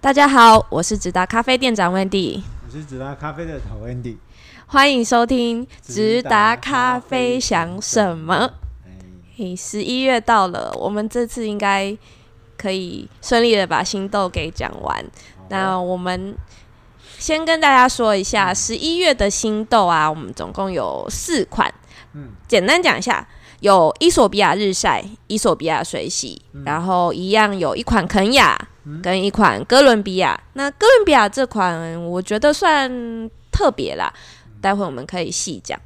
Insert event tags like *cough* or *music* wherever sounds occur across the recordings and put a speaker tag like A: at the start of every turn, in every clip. A: 大家好，我是直达咖啡店长 Wendy，
B: 我是直达咖啡的头 Andy。
A: 欢迎收听直
B: 直
A: 达
B: 达
A: 咖
B: 咖
A: 啡
B: 啡
A: 想
B: 想
A: 什
B: 什
A: 么
B: 么？哎
A: 嘿，十一月到了，我们这次应该可以顺利的把新豆给讲完。那我们先跟大家说一下，十一月的新豆啊，我们总共有四款。
B: 嗯
A: 简单讲一下，有伊索比亚日晒、伊索比亚水洗，然后一样有一款肯雅跟一款哥伦比亚。那哥伦比亚这款我觉得算特别啦，待会我们可以细讲。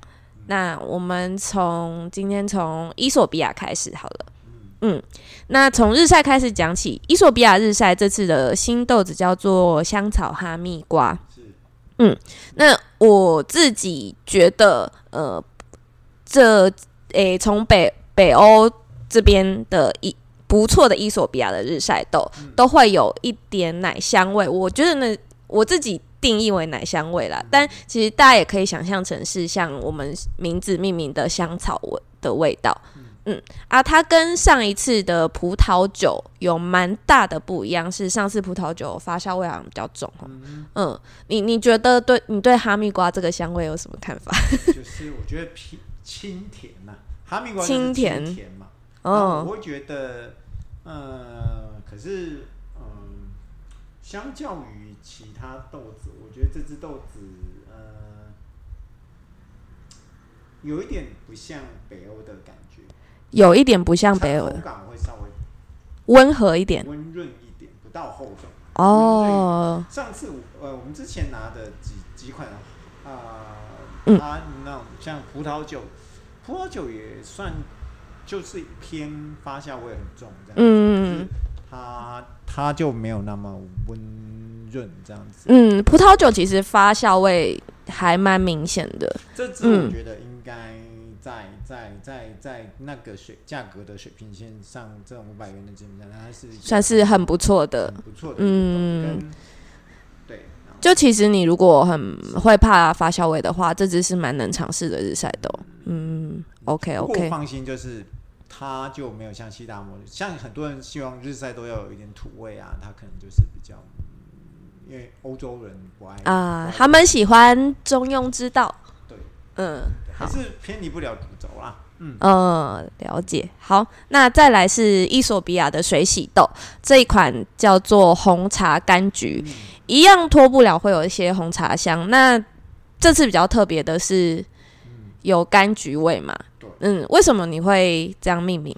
A: 那我们从今天从伊索比亚开始好了。嗯，那从日晒开始讲起，伊索比亚日晒这次的新豆子叫做香草哈密瓜。嗯，那我自己觉得，呃，这诶，从北北欧这边的一不错的伊索比亚的日晒豆，都会有一点奶香味。我觉得呢，我自己定义为奶香味啦，但其实大家也可以想象成是像我们名字命名的香草味的味道。嗯啊，它跟上一次的葡萄酒有蛮大的不一样，是上次葡萄酒发酵味好像比较重哦。嗯，你你觉得对你对哈密瓜这个香味有什么看法？
B: 就是我觉得偏清甜呐、哈密瓜就是
A: 清甜
B: 清甜嘛。
A: 哦、
B: 那我会觉得，呃，可是，嗯，相较于其他豆子，我觉得这只豆子，呃，有一点不像北欧的感觉，
A: 有一点不像北
B: 它
A: 欧
B: 口，感会稍微
A: 温和一点
B: 温润一点，不到厚重。
A: 哦。
B: 上次我呃，我们之前拿的几几款啊，
A: 嗯
B: 呃，它那种像葡萄酒，葡萄酒也算就是偏发酵味很重这样，
A: 嗯
B: 它它就没有那么温润这样子。
A: 嗯，葡萄酒其实发酵味还蛮明显的。
B: 这支我觉得应该在
A: 嗯
B: 在在在那个水价格的水平线上，这种五百元的基本上它是一个
A: 算是很不错的
B: 很。不错的，
A: 嗯，
B: 跟对，然后
A: 就其实你如果很会怕发酵味的话，这只是蛮能尝试的日晒豆。嗯，OK
B: 不过我
A: OK，
B: 放心，就是它就没有像西达摩，像很多人希望日晒都要有一点土味啊，它可能就是比较，嗯因为欧洲人不爱
A: 啊，他们喜欢中庸之道。
B: 对，
A: 嗯，好
B: 还。是偏离不了主轴啦。嗯，
A: 嗯，了解。好，那再来是伊索比亚的水洗豆，这一款叫做红茶柑
B: 嗯
A: 橘，一样脱不了会有一些红茶香。那这次比较特别的是有柑橘味嘛
B: 对？
A: 嗯，为什么你会这样命名？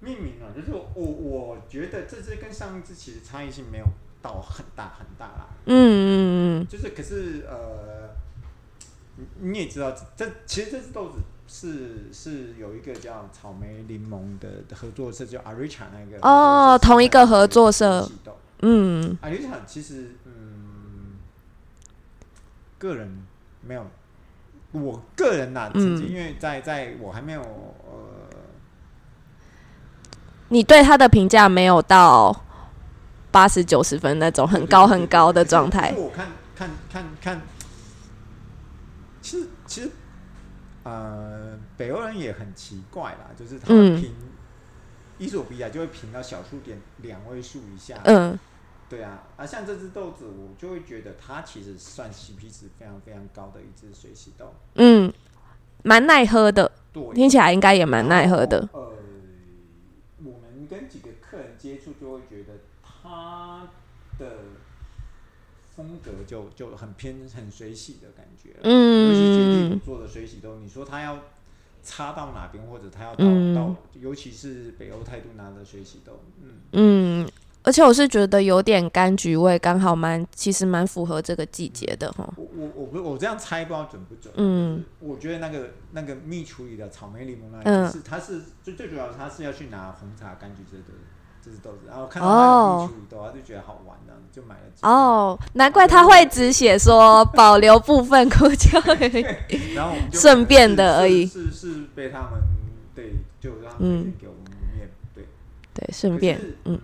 B: 命名啊，就是我我觉得这支跟上一支其实差异性没有到很大很大啦，
A: 嗯嗯
B: 就是可是呃，你你也知道，这其实这只豆子是是有一个叫草莓柠檬的合作社，叫 Aricha 那个合作社
A: 哦同一个合作
B: 在
A: 社
B: 做气豆
A: 嗯嗯，
B: 啊，理想其实，嗯，个人没有，我个人呐、
A: 嗯
B: 曾经因为在在我还没有呃，
A: 你对它的评价没有到八十九十分那种很高很高的状态
B: 可是。我看看看看，其实其实，呃，北欧人也很奇怪啦，就是他
A: 嗯
B: 们评伊索比亚就会评到小数点两位数以下，
A: 嗯
B: 对啊，啊，像这只豆子，我就会觉得它其实算 CP 值非常非常高的一只水洗豆，
A: 嗯，蛮耐喝的，
B: 对。
A: 听起来应该也蛮耐喝的。
B: 呃，我们跟几个客人接触，就会觉得他的风格就就很偏很水洗的感觉了。尤其是
A: 嗯
B: 地，做的水洗豆，你说他要插到哪边，或者他要到、
A: 嗯
B: 到，尤其是北欧态度拿的水洗豆，嗯，
A: 嗯，而且我是觉得有点柑橘味，刚好蛮其实蛮符合这个季节的哈。
B: 我我我不我这样猜不知道准不准。
A: 嗯
B: 我觉得那个那个蜜处理的草莓柠檬那
A: 嗯
B: 个是，它是最最主要，它是要去拿红茶柑橘这个这只豆子，然后看到它有蜜处理豆，啊他就觉得好玩呢，就买了几个。
A: 哦，难怪他会只写说保留部分口交
B: 然后我们就
A: 顺便的而已
B: 是是是是被他们对，就让他
A: 嗯
B: 们推荐给我们我们也对，
A: *laughs* 对，顺便
B: 可是
A: 嗯
B: 嗯，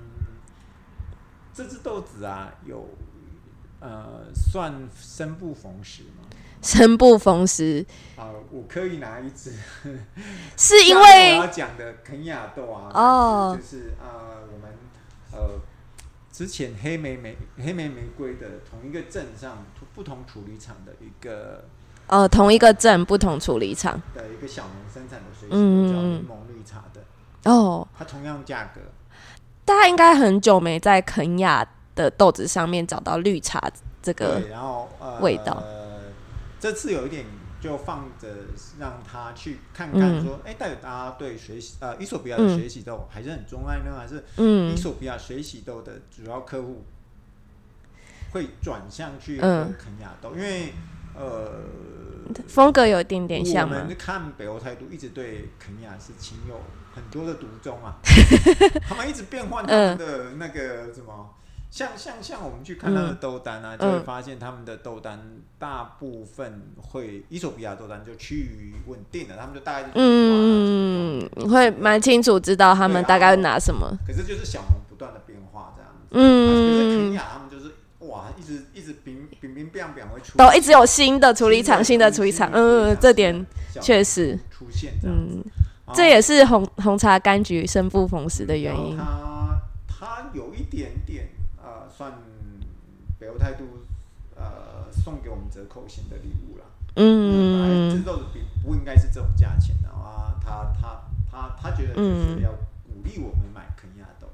B: 这只豆子啊，有呃算生不逢时吗？
A: 生不逢时，
B: 啊、我可以拿一只
A: 是因
B: 下面我
A: 为
B: 啊要讲的肯亚豆啊，
A: 哦
B: 就是啊、呃我们呃，之前黑莓玫黑莓玫瑰的同一个镇上不同处理厂的一个
A: 呃，同一个镇不同处理厂
B: 的一个小农生产的水果
A: 嗯
B: 叫柠檬绿茶的，
A: 哦，
B: 它同样价格，
A: 大家应该很久没在肯亚的豆子上面找到绿茶这个
B: 对，然后呃
A: 味道，
B: 这次有一点就放着让他去看
A: 嗯
B: 看说，哎、到底大家对水洗呃伊索比亚的
A: 嗯
B: 水洗豆还是很钟爱呢，还是
A: 嗯
B: 伊索比亚水洗豆的主要客户会转向去
A: 嗯
B: 喝肯亚豆，因为呃，
A: 风格有一点点
B: 我
A: 像吗？
B: 们看北欧态度一直对肯亚是情有很多的独钟
A: *laughs*
B: 啊，他们一直变换他们的那个什么，像像像我们去看他们的豆单啊，
A: 嗯
B: 就会发现他们的豆单大部分会伊索比亚豆单就趋于稳定了，他们就大概就是
A: 嗯，你会蛮清楚知道他们大概拿什么。
B: 可是就是小农不断的变化这样子。
A: 啊
B: 啊可是
A: 嗯，
B: 肯亚他们就是哇，一直一直冰冰冰冰冰会出
A: 都一直有新的处理厂，
B: 新
A: 新
B: 的
A: 的处理厂。
B: 新的
A: 嗯，这点
B: 小
A: 确实，
B: 出现这样哦子。
A: 嗯，
B: 然后
A: 这也是红红茶柑橘生不逢时的原因
B: 然。后他他有一点点呃，算北欧态度呃送给我们折扣型的礼物啦。本来
A: 嗯
B: 制，作的比不应该是这种价钱的啊，他他他他觉得就是要鼓励我们买肯亚豆。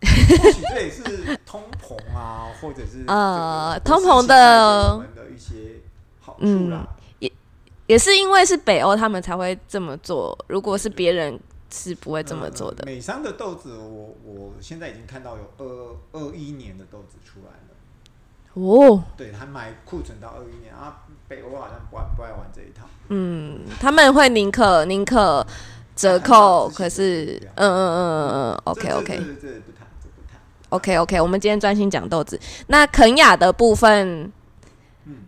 B: 或许这也是通膨啊，
A: *laughs*
B: 或者是
A: 呃
B: 这个
A: 通膨的嗯
B: 带给我们的一些好处啦。
A: 也是因为是北欧，他们才会这么做。如果是别人，是不会这么做
B: 嗯
A: 的。
B: 美商的豆子我，我现在已经看到有二二一年的豆子出来了。嗯
A: 哦，
B: 对他买库存到二一年啊，北欧好像不爱不爱玩这一套，
A: 嗯，他们会宁可宁可折扣，可是，嗯嗯嗯嗯嗯，OK
B: 这
A: OK。
B: 这这这不谈，这不谈。
A: OK OK，我们今天专心讲豆子。那肯雅的部分
B: 嗯，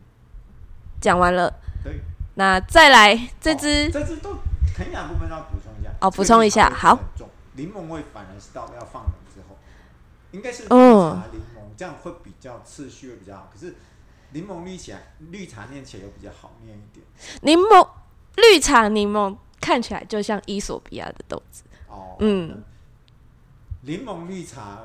A: 讲完了，
B: 可以。
A: 那再来这
B: 哦
A: 支
B: 这只都肯雅部分要补充一下
A: 哦补充一下好。
B: 这个柠檬味很重柠檬味反而是到要放冷之后，应该是绿
A: 嗯
B: 茶柠檬，这样会比较次序会比较好。可是柠檬绿起来，绿茶念起来又比较好念一点。
A: 柠檬绿茶柠檬，看起来就像伊索比亚的豆子，
B: 哦，
A: 嗯，
B: 柠檬绿茶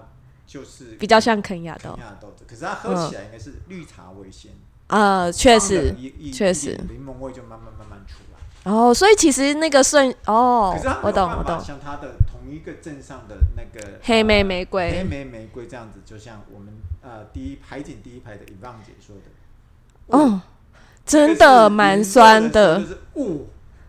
B: 就是
A: 比较像肯雅
B: 肯
A: 豆。
B: 亚豆子，可是它喝起来应该是绿茶为先。嗯
A: 呃，确
B: 放
A: 实
B: 冷，一，一
A: 确实
B: 一点柠檬味就慢慢慢慢出来。
A: 哦，所以其实那个顺哦
B: 可是它没，有
A: 我懂
B: 办
A: 我
B: 法
A: 懂，
B: 像它的同一个镇上的那个
A: 黑莓
B: 呃
A: 玫瑰
B: 黑莓玫瑰这样子，就像我们呃第一海景第一排的 e v a n 姐说的，
A: 哦，真的蛮酸
B: 的，
A: 的
B: 就，是哦，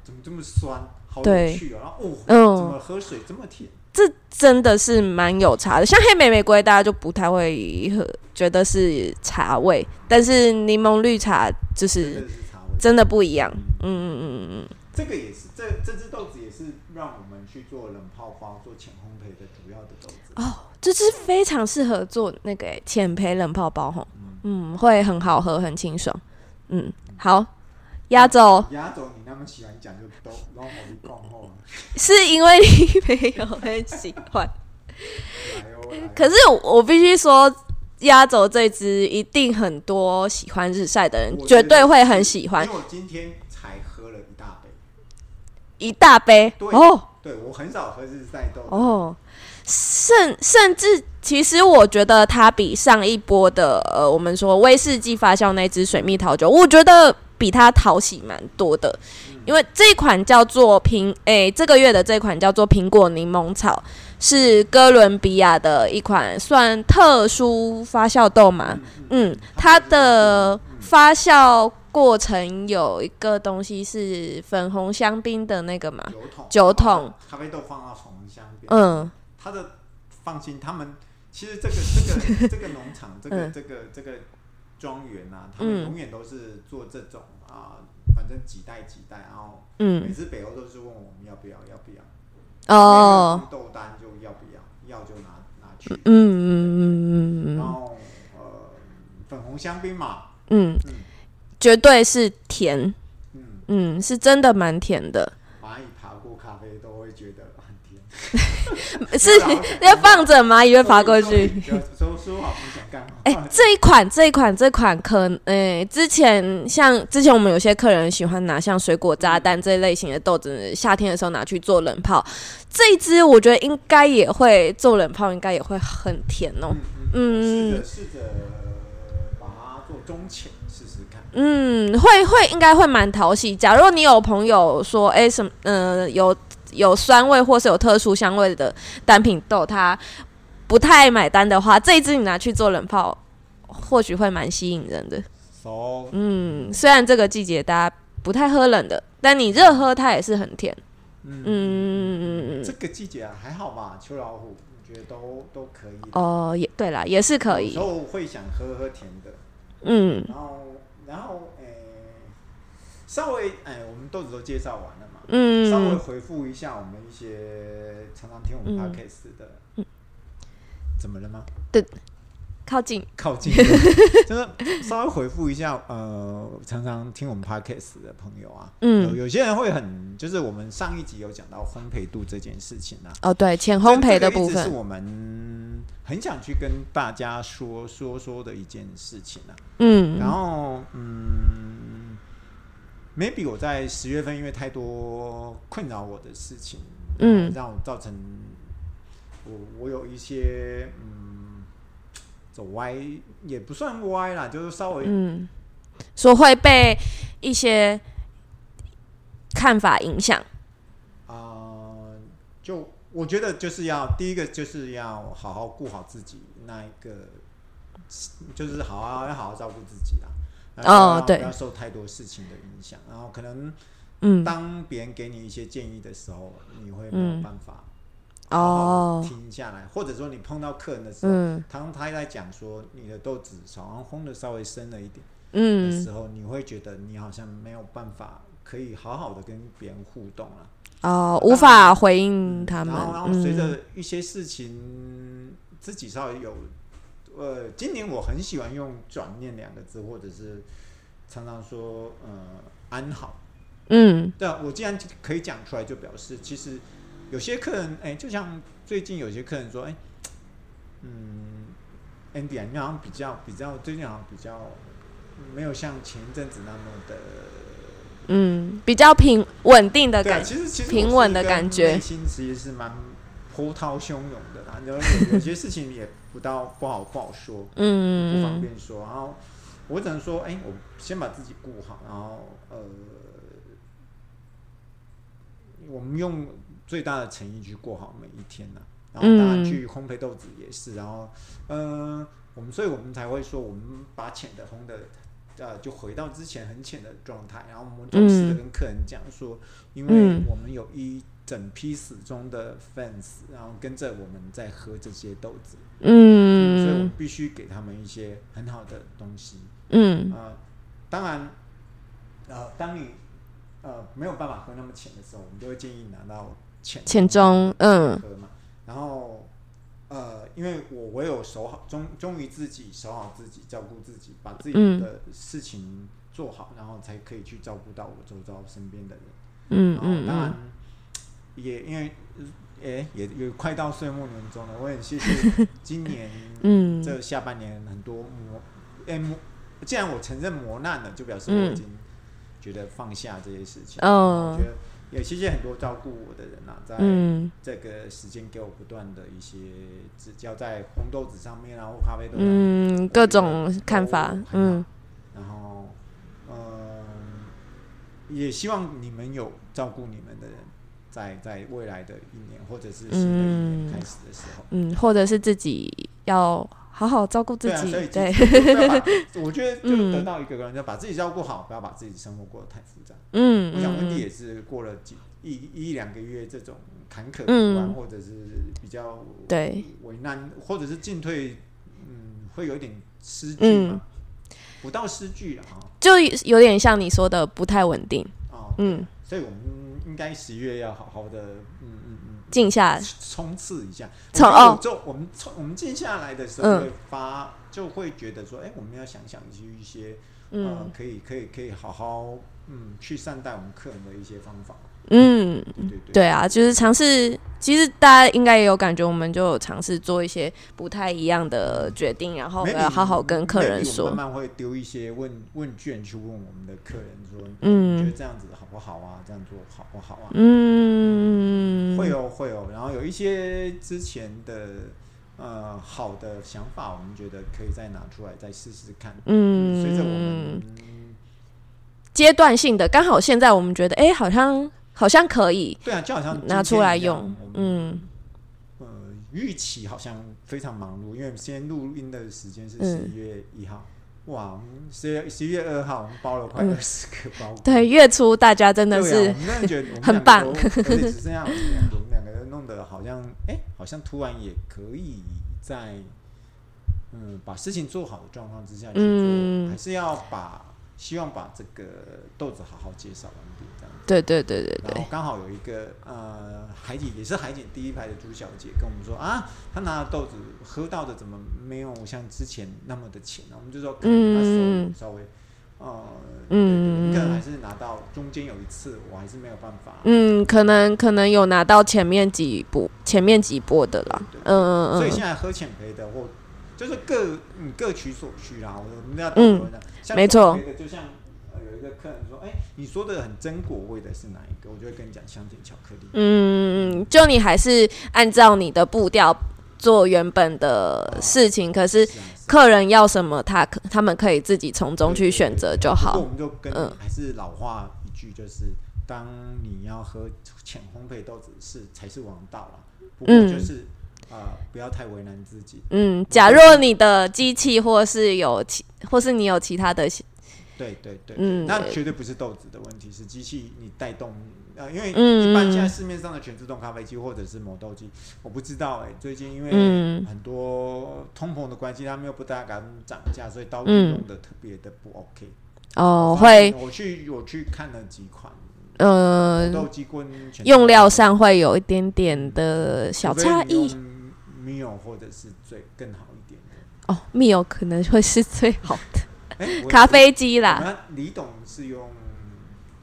B: 怎么这么酸，好有
A: 对
B: 趣哦，然后哦，怎
A: 嗯，
B: 么喝水这么甜？
A: 这真的是蛮有茶的。像黑莓玫瑰，大家就不太会喝，觉得是茶味，但是柠檬绿茶就
B: 真
A: 是
B: 的是茶味。
A: 真的不一样。
B: 嗯
A: 嗯嗯嗯
B: 这个也是，这这只豆子也是让我们去做冷泡包、做浅烘焙的主要的豆子。
A: 嗯，哦，这支非常适合做那个欸浅焙冷泡包吼，
B: 嗯，
A: 嗯，会很好喝，很清爽。嗯，好，压轴
B: 压轴你那么喜欢讲，就都让我一逛后
A: 是因为你没有很喜欢，
B: 来哦，来哦
A: 可是我必须说。压轴这支一定很多喜欢日晒的人
B: 我
A: 绝
B: 觉得
A: 对会很喜欢
B: 因为我今天才喝了一大杯。
A: 一大杯
B: 对
A: 哦，
B: 对我很少喝日晒豆的，
A: 哦，甚甚至，其实我觉得它比上一波的呃，我们说威士忌发酵那支水蜜桃酒，我觉得比它讨喜蛮多的，因为这款叫做苹诶、这个月的这款叫做苹果柠檬草，是哥伦比亚的一款算特殊发酵豆嘛，嗯，它的发酵过程有一个东西是粉红香槟的那个嘛，
B: 酒嗯桶，
A: 酒桶，
B: 咖啡豆放到红香边，
A: 嗯。
B: 他的放心，他们其实这个这个这个农场，这个
A: 嗯
B: 这个这个庄园啊，他
A: 嗯
B: 们永远都是做这种啊，反正几代几代，然后每
A: 嗯，
B: 次北欧都是问我们要不要要不要，
A: 哦，
B: 因为豆单就要不要，要就拿拿
A: 嗯
B: 去，
A: 嗯嗯嗯
B: 然
A: 嗯
B: 后呃粉红香槟嘛，
A: 嗯
B: 嗯
A: 嗯，绝对是甜，
B: 嗯，
A: 嗯，是真的蛮甜的，
B: 蚂蚁爬过咖啡都会觉得很甜。
A: 是 *laughs*
B: 对啊
A: 要放着蚂蚁会爬过去。
B: 说说好不想干嘛？
A: 哎、这一款，这一款，这款可，哎、之前像之前我们有些客人喜欢拿像水果炸弹这一类型的豆子，夏天的时候拿去做冷泡，这一支我觉得应该也会做冷泡，应该也会很甜哦。
B: 嗯嗯试
A: 嗯
B: 着试着把它做中浅试试看。
A: 嗯，会会应该会蛮讨喜。假如你有朋友说，哎、什么，呃，有有酸味或是有特殊香味的单品豆，他不太买单的话，这一支你拿去做冷泡，或许会蛮吸引人的。
B: So，
A: 嗯，虽然这个季节大家不太喝冷的，但你热喝它也是很甜。
B: 嗯
A: 嗯，
B: 这个季节啊还好吧，秋老虎，我觉得都都可以。
A: 哦，也对啦，也是可
B: 有
A: 以
B: 时。候会想喝喝甜的，
A: 嗯
B: 然后然后诶、稍微哎、我们豆子都介绍完了嘛，稍微
A: 嗯，
B: 回复一下我们一些常常听我们
A: 嗯
B: podcast 的，怎么了吗？
A: 靠近。
B: 靠
A: *laughs*
B: 近，就是稍微回复一下，呃，常常听我们 podcast 的朋友啊，
A: 嗯
B: 有有些人会很，就是我们上一集有讲到烘焙度这件事情啊，
A: 哦，对，浅烘焙的部
B: 这个一直
A: 分
B: 是。我们很想去跟大家说说说的一件事情啊。
A: 嗯
B: 然后嗯，maybe 我在十月份因为太多困扰我的事情，
A: 嗯
B: 让我造成我我有一些嗯走歪，也不算歪啦，就是稍微、
A: 嗯，说会被一些看法影响。
B: 啊，就我觉得就是要第一个就是要好好顾好自己，那一个就是好好要好好照顾自己啦。然后
A: 哦
B: 不要
A: 对
B: 不要受太多事情的影响，然后可能
A: 嗯，
B: 当别人给你一些建议的时候，你会没
A: 嗯
B: 有办法好好
A: 哦，
B: 听下来，或者说你碰到客人的时候，
A: 嗯
B: 当他在讲说你的豆子好像烘的稍微深了一点的
A: 嗯，
B: 时候，你会觉得你好像没有办法可以好好的跟别人互动了。
A: 哦，无法回应嗯他们
B: 然后，然。后随
A: 嗯
B: 着一些事情，自己稍微有，呃，今年我很喜欢用“转念”两个字，或者是常常说，呃，安好。
A: 嗯
B: 对啊，我既然可以讲出来，就表示其实有些客人，哎、就像最近有些客人说，哎、嗯，Andy，啊你好像比较比较最近好像比较没有像前一阵子那么的
A: 嗯，比较平稳定的
B: 对啊，
A: 感觉。
B: 其实其实
A: 平
B: 我
A: 稳
B: 是
A: 的
B: 一个
A: 感觉
B: 内心其实是蛮波涛汹涌的啦。然后有有些事情也不到不好不好说，不方
A: 嗯嗯
B: 便说。然后我只能说，哎、我先把自己顾好，然后呃，我们用最大的诚意去过好每一天呐、然后当然
A: 嗯
B: 去烘焙豆子也是，然后嗯、呃我们所以我们才会说，我们把浅的烘的。呃，就回到之前很浅的状态，然后我们就试着
A: 嗯
B: 跟客人讲说，因为
A: 嗯
B: 我们有一整批死忠的 fans，然后跟着我们在喝这些豆子，嗯，所以
A: 嗯
B: 我们必须给他们一些很好的东西。
A: 嗯
B: 呃，当然，呃，当你呃没有办法喝那么浅的时候，我们就会建议拿到浅的
A: 浅中嗯
B: 喝嘛。然后，呃，因为我唯有守好，忠忠于自己，守好自己，照顾自己，把自己
A: 嗯
B: 的事情做好，然后才可以去照顾到我周遭身边的人。
A: 嗯
B: 然后
A: 嗯
B: 当然
A: 嗯，
B: 也因为，诶、也也快到岁末年终了，我很
A: *laughs*
B: 谢谢今年
A: 嗯
B: 这下半年很多磨，诶、磨，既然我承认磨难了，就表示我已
A: 嗯
B: 经觉得放下这些事情。我
A: 哦
B: 觉得也谢谢很多照顾我的人啊，在
A: 嗯
B: 这个时间给我不断的一些指教，在红豆子上面啊，或咖啡豆上面，
A: 嗯，各种看法
B: 都很好
A: 嗯。
B: 然后，嗯，也希望你们有照顾你们的人，在在未来的一年或者是新的一年
A: 嗯
B: 开始的时候，
A: 嗯，或者是自己要好好照顾自
B: 对啊，
A: 己
B: 所以，其
A: 对，
B: 实不要把，
A: *laughs*
B: 我觉得就是
A: 嗯
B: 得到一个人，要把自己照顾好，不要把自己生活过得太复杂。
A: 嗯，
B: 我想温
A: 嗯
B: 蒂也是过了几一一两个月这种坎坷
A: 嗯
B: 不安，或者是比较
A: 对
B: 为难，或者是进退，嗯，会有点失据
A: 嗯
B: 嘛，不到失据了啊。
A: 就有点像你说的不太稳定，
B: 哦，
A: 嗯，
B: 所以我们应该十一月要好好的，嗯嗯嗯，
A: 静下，
B: 冲刺一下。
A: 冲
B: 我
A: 哦
B: 就我们冲我们静下来的时候
A: 嗯
B: 会发，就会觉得说，哎、我们要想想一些一些，呃
A: 嗯，
B: 可以可以可以好好嗯去善待我们客人的一些方法。
A: 嗯，
B: 对对对。
A: 对啊，就是尝试。其实大家应该也有感觉，我们就有尝试做一些不太一样的决定，然后呃
B: Maybe-
A: 要好好跟客
B: maybe 我
A: 人
B: 们
A: 说。
B: 慢慢会丢一些问问卷去问我们的客人说，你觉
A: 嗯
B: 得这样子好不好啊？这样做好不好啊？
A: 嗯，
B: 会哦，会哦。然后有一些之前的呃好的想法，我们觉得可以再拿出来再试试看。
A: 嗯，
B: 随着我们
A: 阶段性的，刚好现在我们觉得，哎、好像好像可以
B: 对啊，就好像今
A: 拿
B: 天
A: 出来
B: 一样
A: 用
B: 我。们
A: 嗯
B: 呃，预期好像非常忙碌，因为今天录音的时间是十
A: 嗯
B: 一月一号。哇，十月十一月二号，我们包了快
A: 嗯
B: 二十个包裹、
A: *laughs* 对，月初大家真
B: 对
A: 的
B: 啊，
A: 是、
B: 我们真的觉得我
A: *laughs*
B: 们
A: 很棒
B: 两个都而且只剩下我们两个，我们两个人弄得好像，哎、好像突然也可以在，嗯，把事情做好的状况之下去做，
A: 嗯
B: 还是要把希望把这个豆子好好介绍完毕，这样子。
A: 对对对对
B: 然
A: 对
B: 后，刚好有一个呃海景也是海景第一排的朱小姐跟我们说啊，她拿的豆子喝到的怎么没有像之前那么的浅呢？我们就说可能她
A: 嗯
B: 手稍微呃，
A: 嗯
B: 对对对可能还是拿到中间有一次我还是没有办法，
A: 嗯，可能可能有拿到前面几波前面几波的啦
B: 对。
A: 嗯
B: 所
A: 嗯
B: 以现
A: 嗯，
B: 在喝浅焙的或就是各嗯各取所需啦，我们要懂得的，像
A: 嗯没错
B: 浅焙的就像。呃有一个客人说：“哎、你说的很真果味的是哪一个？”我就会跟你讲香甜巧克力。
A: 嗯，就你还是按照你的步调做原本的事情，可是
B: 是啊是啊
A: 客人要什么，他可他们可以自己从中去选择就
B: 不过
A: 好
B: 我。们就跟、
A: 嗯
B: 还是老话一句，就是当你要喝浅烘焙豆子是才是王道啦。不过
A: 嗯
B: 就是、呃，不要太为难自己。
A: 嗯，假若你的机器或是有其或是你有其他的，
B: 对对对，
A: 嗯
B: 那绝对不是豆子的问题，是机器你带动呃，因为
A: 嗯
B: 一般现在市面上的全自动咖啡机或者是磨豆机，我不知道哎、最近因为。
A: 嗯
B: 很多通膨的关系，他们又不大敢涨价，所以刀具
A: 嗯
B: 用的特别的不 OK、
A: 哦
B: 我发
A: 会
B: 现我去我去看了几款
A: 嗯、
B: 豆机棍全
A: 用料上会有一点点的小差异。
B: 没有，或者是最更好一点的。
A: 哦，蜜油可能会是最好的
B: 哎、我
A: 咖啡机
B: 我
A: 啦，
B: 们李董是用，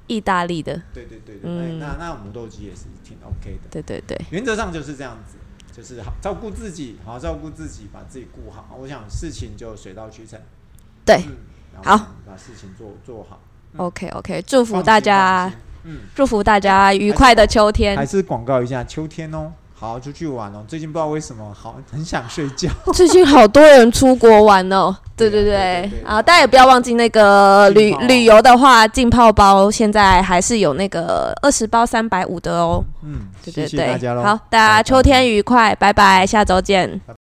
A: 意大利的，
B: 对对对对，哎
A: 嗯
B: 那那磨豆机也是挺 OK 的。
A: 对对对，
B: 原则上就是这样子，就是好照顾自己，好好照顾自己，把自己顾好。我想事情就水到渠成。
A: 对
B: 嗯、
A: 好
B: 然后把事情做做好。嗯
A: OK OK，祝
B: 放
A: 福
B: 心
A: 大家，
B: 放心嗯。
A: 祝福大家愉快的秋
B: 还
A: 天。
B: 是广告一下，秋天哦，好好出去玩哦。最近不知道为什么，好很想睡觉。
A: *laughs* 最近好多人出国玩哦，对对
B: 对啊
A: 对
B: 对对对，
A: 啊，大家也不要忘记那个
B: 浸
A: 旅
B: 泡
A: 旅游的话，浸泡包现在还是有那个二十包三百五的哦，
B: 嗯，
A: 对对
B: 谢谢大
A: 对
B: 家，喽。
A: 好，大
B: 拜
A: 家
B: 拜
A: 秋天愉快，拜拜，下周见。
B: 拜拜